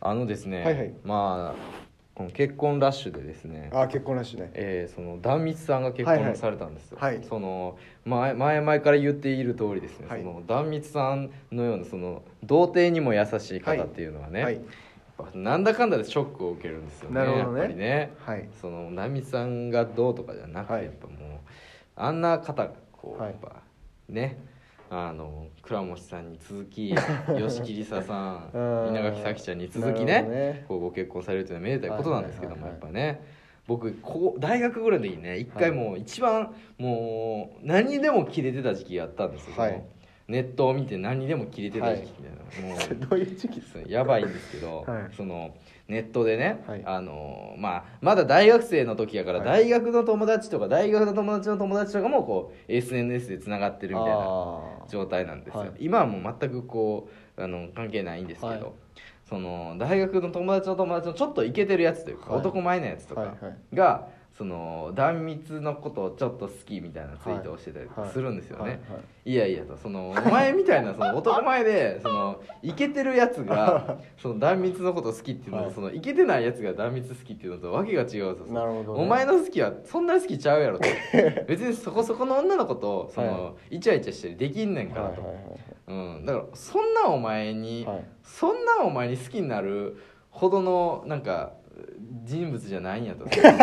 あのですね、はいはいまあこの結婚ラッシュでですねあー結婚らしいねえーその壇蜜さんが結はいは婚いされたんですよ、はいその前前々から言っている通りですね、はいその壇蜜さんのようなその童貞にも優しい方っていうのはね、はいなんだかんだでショックを受けるんですよねなるほどねやっぱりねはいその奈美さんがどうとかじゃなくて、はいやっぱもうあんな方がこう、はいやっぱねあの倉持さんに続 き吉木りささうんん稲垣咲ちゃんに続きねなるほどねこうご結婚されるというのはめでたいことなんですけども、はいはいはいやっぱね僕こう大学ぐらいの時にね一回もう一番もう何にでも切れてた時期があったんですよ、はいそのネットを見て何にでも切れてた時期みたいな、もう どういう時期ですそうやばいんですけど、はいそのネットでね、はいあのまあ、まだ大学生の時やから、は大い学の友達とか大学の友達の友達とかもこう SNS でつながってるみたいなあー状態なんですよ、はい今はもう全くこうあの関係ないんですけど、はいその大学の友達の友達のちょっとイケてるやつというか、はい男前なやつとはいかはいが、その断密のことをちょっと好きみたいなツイートをしてたりとかするんですよね、はいはいいやいやとそのお前みたいなその男前でそのイケてるやつ がその壇蜜のこと好きっていうのはといそのイケてないやつが壇蜜好きっていうのとわけが違うぞなるほどねお前の好きはそんな好きちゃうやろ と別にそこそこの女の子とそはのイチャイチャしたりできんねんはいからはいと、はいうん、だからそんなお前に、はいそんなお前に好きになるほどのなんか人物じゃないん やとなんていう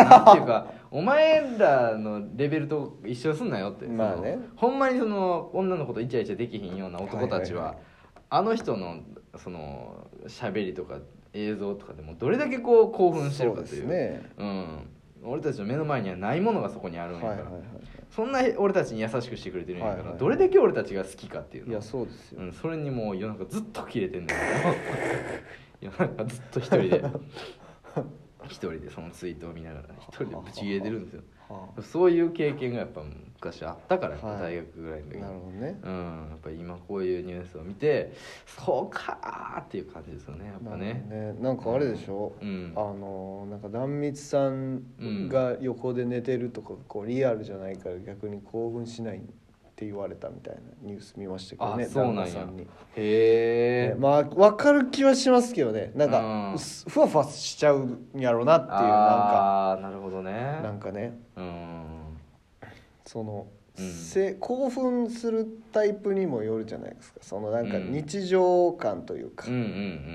かお前らのレベルと一緒にすんなよって、まあそねのほんまにその女の子とイチャイチャできひんような男たちは,、はいはいはあの人のその喋りとか映像とかでもどれだけこう興奮してるかというそうですねうん、俺たちの目の前にはないものがそこにあるんやから、はいはいはそんな俺たちに優しくしてくれてるんやから、はいはいどれだけ俺たちが好きかっていういいのをやそうですようん、それにもう夜中ずっと切れてんだ けど夜中ずっと一人 で一人でそのツイートを見ながら一人でブチ切れてるんですよはそういう経験がやっぱ昔あったから、はい大学ぐらいのあ時なるほどねうん、やっぱ今こういうニュースを見てそうかーっていう感じですよねやっぱねなるほどねなんかあれでしょうんあのなんか壇蜜さんが横で寝てるとかこうリアルじゃないから逆に興奮しないって言われたみたいなニュース見ましたけどあ、ねそうなん旦那やさんにへねえ、まあ分かる気はしますけどねなんうかんすふわふわしちゃうんやろうなっていうなんかああーなるほどねなんかねうんその、うんせ興奮するタイプにもよるじゃないですかそのなんかうん日常感というか、うんうんう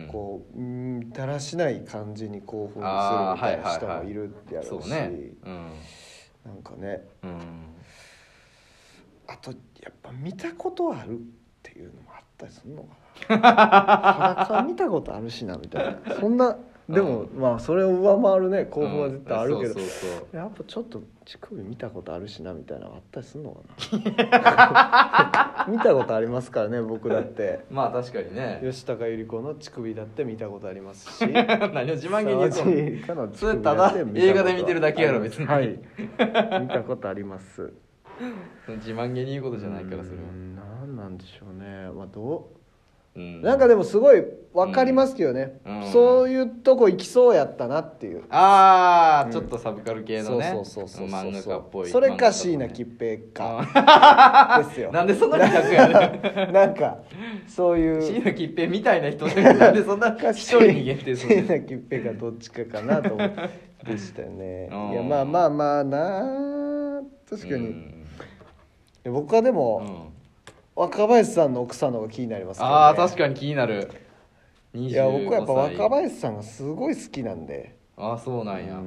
んこううんだらしない感じに興奮するみあーたいなはい人はいもはいいるやろそううし、ねうんなんかねうんあとやっぱ見たことあるっていうのもあったりするのかな裸見たことあるしなみたいなそん なでも、まあそれを上回るね興奮は絶対あるけうど、んそうそうそうやっぱちょっと乳首見たことあるしなみたいなのあったりすんの かな見たことありますからね僕だってまあ確かにね吉高由里子の乳首だって見たことあります し何を自慢げに言うとんの沢地の乳それ首ただだって見たことあります映画で見てるだけやろ別にはい見たことあります自慢げに言うことじゃないからそれはうーんなんなんでしょうねまあどうんうなんかでもすごい分かりますけどね、うんうんそういうとこ行きそうやったなっていうあうあんちょっとサブカル系そのうねそうそうそう漫画家っぽいそれ漫画家かとね椎名桔平か ですよなんでそんな企画やねんなんかそうい椎う名桔平みたいな人でなんでそんな一人に限定する椎ん名です桔平かどっちかかなと思ってでしたよね うんいやまあまあまあな確かに、うん僕はでうも、ん若林さんの奥さんの方が気になりますけど、ね、ああ確かに気になるいや僕はやっぱ若い林さんがすごい好きなんでああそうなんやう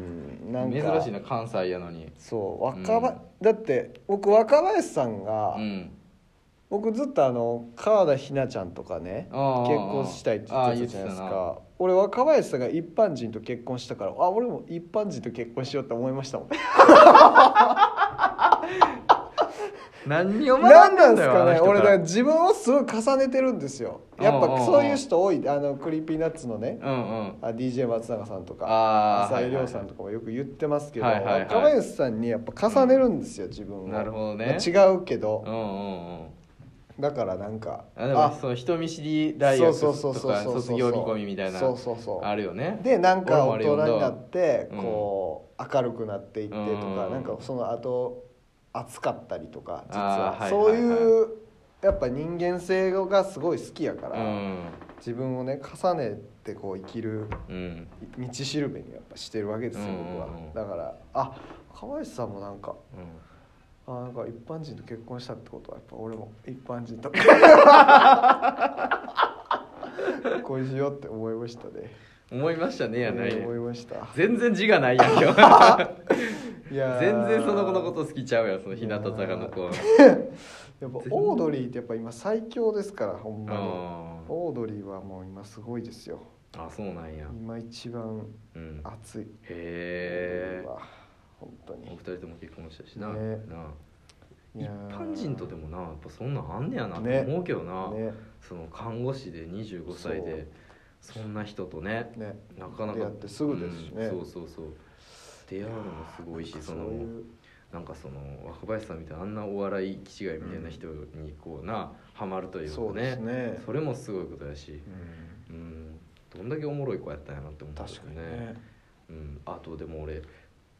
んなんか珍しいな関西やのにそう若林、だって僕若林さんが、うん僕ずっとあの川田ひなちゃんとかね結ああ婚したいって言ってたじゃないですああ言か俺若林さんが一般人と結婚したからあ俺も一般人と結婚しようって思いまし たもん何を何学んなだんんでだすよあかのね人俺かだからら自分をすごい重ねてるんですよやっうんうんうぱんそういう人多いあのクリーピーナッツのねうんうんあ DJ 松永さんとかあー浅井亮さんとかもよく言ってますけど、はいはいはい若林さんにやっぱ重ねるんですよ、自分をなるほどねまあ違うけどう、んうんうんだからなんかあでもその人見知り大学そうそうとそうそうかそう卒業見込みみたいなそうそうそうあるよねでなんか大俺もあ人れ読にんだなってうんこう明るくなっていってとか、うんなんかその後熱かったりとか実あはーはいそうはいはいいうやっぱ人間性がすごい好きやから、うん自分をね重ねてこう生きるうん道しるべにやっぱしてるわけですようんうん僕はうんだからあ河合さんもなんかうんあなんか一般人と結婚したってことはやっぱ俺も一般人と 恋しようって思いましたね思いましたねやない思いました全然字がないやん 今日いやー全然その子のこと好きちゃうやんその日向坂の子やっぱオードリーってやっぱ今最強ですからほんまにあーオードリーはもう今すごいですよあそうなんや、今一番うん、へ熱いえわ本当お二に人とも結婚したしな,、ねなあい一やー般人とでもなやっぱそんなんあんねやなとね思うけどな、ねその看護師で25歳でそんな人とねねなかなか出会ってすぐですしねうんそうそうそう出会うのもすごいしそのそういうなんかその若林さんみたいなあんなお笑い気違いみたいな人にこうな、ハマるというそうかでねすねそれもすごいことやしうんうんどんだけおもろい子やったんやなって思ったけ確どかにねうん、あとでも俺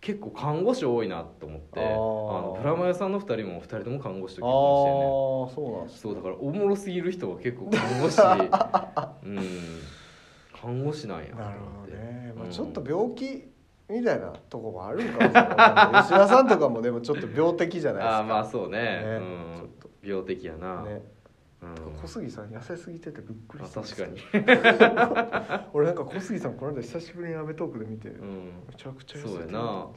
結構看護師多いなと思ってあーあのブラマヨさんの2人も2人とも看護師とああ結婚してねーそうなんですそうだねからおもろすぎる人は結構看護 師うん看護師なんやと思なっるほてどね、まあ、うんちょっと病気みたいなとこもあるんかもしれない吉田さんとかもでもちょっと病的じゃないですかああまあそうねねうんちょっと病的やな、ね、うん、小杉さん痩せすぎててびっくりあした確かに、に俺なんか小杉さんこの間久しぶりに『アメトーク』で見て、うめん、ちゃくちゃ痩せそうてやるなそ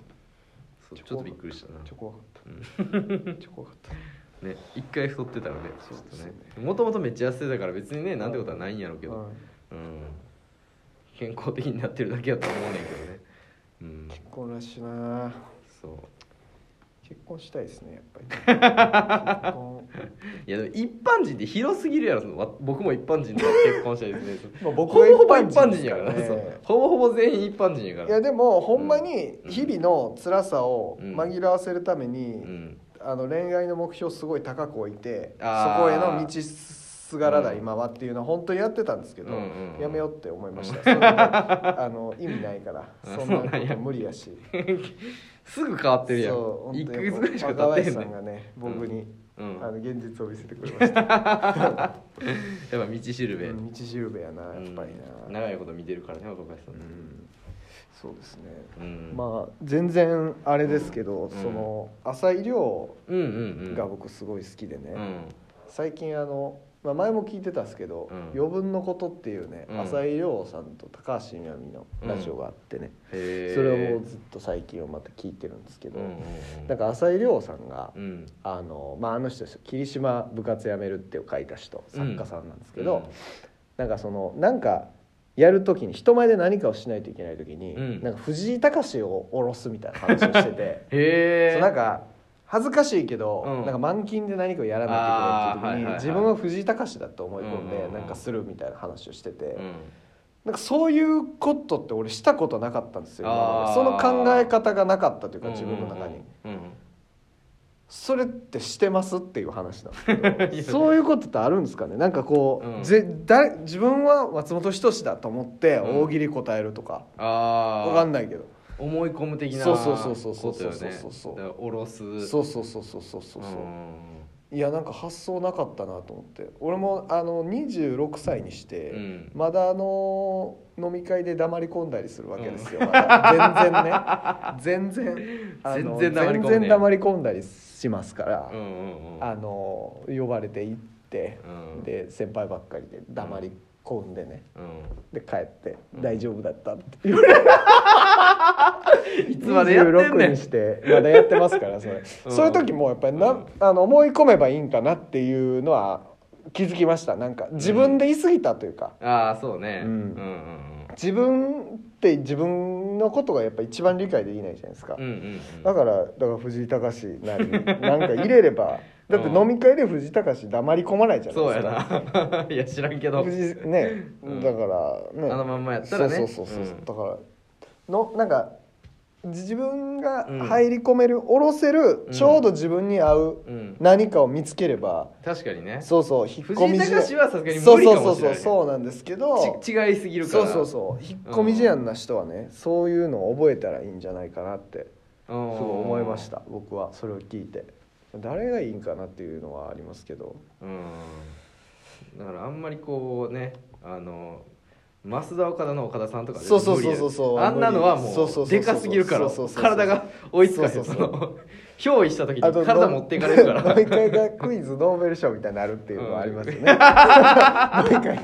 うちょっとびっくりしたなちょ怖かっためっちゃ怖かったね一回太ってたらねちょっそうでとすねねもともとめっちゃ痩せてたから別にねなんてことはないんやろうけど、はういん、健康的になってるだけやと思うねんけどねうん結婚ラッシュなそう結婚したいです ねやっぱり結婚いやでも一般人って広すぎるやろそのわ僕も一般人と結婚したいですね まあほぼ僕はほぼ一般です人やからねなそうほぼほぼ全員一般人やいからやでもほんまに日々の辛さをうん紛らわせるために、うんあの恋愛の目標をすごい高く置いてそあーこへの道すがらだうん今はっていうのは本当にやってたんですけど、うんうんうんやめようって思いました、それであの意味ないからあそんそなうなんこやと無理やしすぐ変わってるやんそう本一当ヶ月ぐらいにしか若経って林へんさねんんがね僕に、うんあの現実を見せてくれました、やっぱ道しるべ、うん道しるべやなやっぱりうんな、長いこと見てるからね若林さんう、んそうですね、うんまあ全然あれですけど、んその浅井亮うんうんうんが僕すごい好きでね、うん最近あの、まあ、前も聞いてたんですけどう「ん余分のこと」っていうね、うん浅井亮さんと高橋みなみのラジオがあってね、へえそれをもうずっと最近はまた聞いてるんですけど、うんうんうんなんか浅井亮さんが、うんあのまあ、あの人ですよ霧島部活やめるって書いた人作家さんなんですけど、うんなんかそのなんかやる時に人前で何かをしないといけない時に、うんなんか藤井隆を下ろすみたいな話をして て。へそえうなんか恥ずかしいけど、うんなんか満勤で何かをやらなきゃいけないっていあーはいう時に、はいはい自分は藤井隆だと思い込んで、うんうんうんなんかするみたいな話をしてて、うんなんかそういうことって俺したことなかったんですよあーその考え方がなかったというか自分の中に、うんうんうんそれってしてますっていう話なんです いけやどそういうことってあるんですかねなんかこう、うんぜだ自分は松本人志だと思ってうん大喜利答えるとか、あわあかんないけど思い込む的なそことうそようねそうそうそうそうだからおろすそうそうそうそうそうそうそう、んいやなんか発想なかったなと思って俺もあの26歳にして、うんまだあの飲み会で黙り込んだりするわけですよ、まだ全 然ね全然あの全然黙り込むね全然黙り込んだりしますから、うんうんうんあの呼ばれて行って、うんで先輩ばっかりで黙り込んでねうんで帰って「うん大丈夫だった」って言われ いつまでやってんね26んにしてまだやってますからそれ、 うんそういう時もやっぱりな、うんあの思い込めばいいんかなっていうのは気づきましたなんか自分で言い過ぎたというか、ああそうねうんうんうん自分って自分のことがやっぱ一番理解できないじゃないですか、うんうんうんうんだからだから藤井隆なりなんか入れ ればだって飲み会で藤井隆黙り込まないじゃないそうでやすかな いや知らんけど藤井ね、うんだからねあのまんまやったらねそうそうそうそう、うんだからのなんか自分がうん入り込める、下ろせるうんちょうど自分に合ううん何かを見つければ、確かにねそうそう引っ込み藤井隆はさすがにそ無う理そかうそもうしそれうないそうなんですけどち違いすぎるかそらうそうそう引っ込み思案な人はね、そういうのを覚えたらいいんじゃないかなってうすんごい思いました僕はそれを聞いて誰がいいんかなっていうのはありますけどうんだからあんまりこうねあの増田岡田の岡田さんとかでそうそうそう無理やそうそうあんなのは無理そうもそううそうそうでかすぎるからそうそうそうそう体が追いつかへんそうそうそそうの憑依した時にあと体持っていかれる か毎ら回がクイズノーベル賞みたいになるっていうのはありますよね、毎回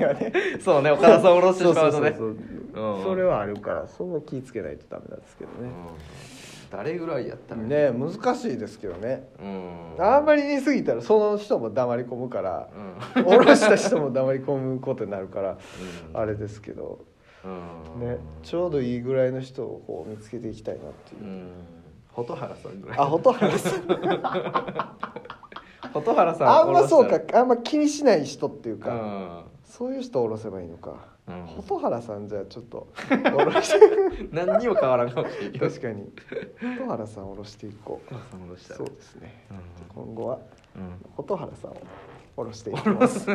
がね そうね岡田さんを下ろしてしまうとねそうそうそうそうそれはあるからそんな気ぃつけないとダメなんですけどうんね、誰ぐらいやったらね難しいですけどねうんあんまりり言い過ぎたらその人も黙り込むからうんうん下ろした人も黙り込むことになるからあれですけど、うんね、ちょうどいいぐらいの人をこう見つけていきたいなっていうう、ん蛍原さんぐらいあ蛍原さ ん蛍原さんあんまそう下ろしかあんま気にしない人っていうたか、らそういう人を下ろせばいいのか、うん蛍原さんじゃちょっ と下ろしてうん何にも変わらんかもしれんけど確かに蛍原さんを下ろしていこう蛍原さん下ろしたらそうですねうん今後はうん蛍原さんを下ろしていきます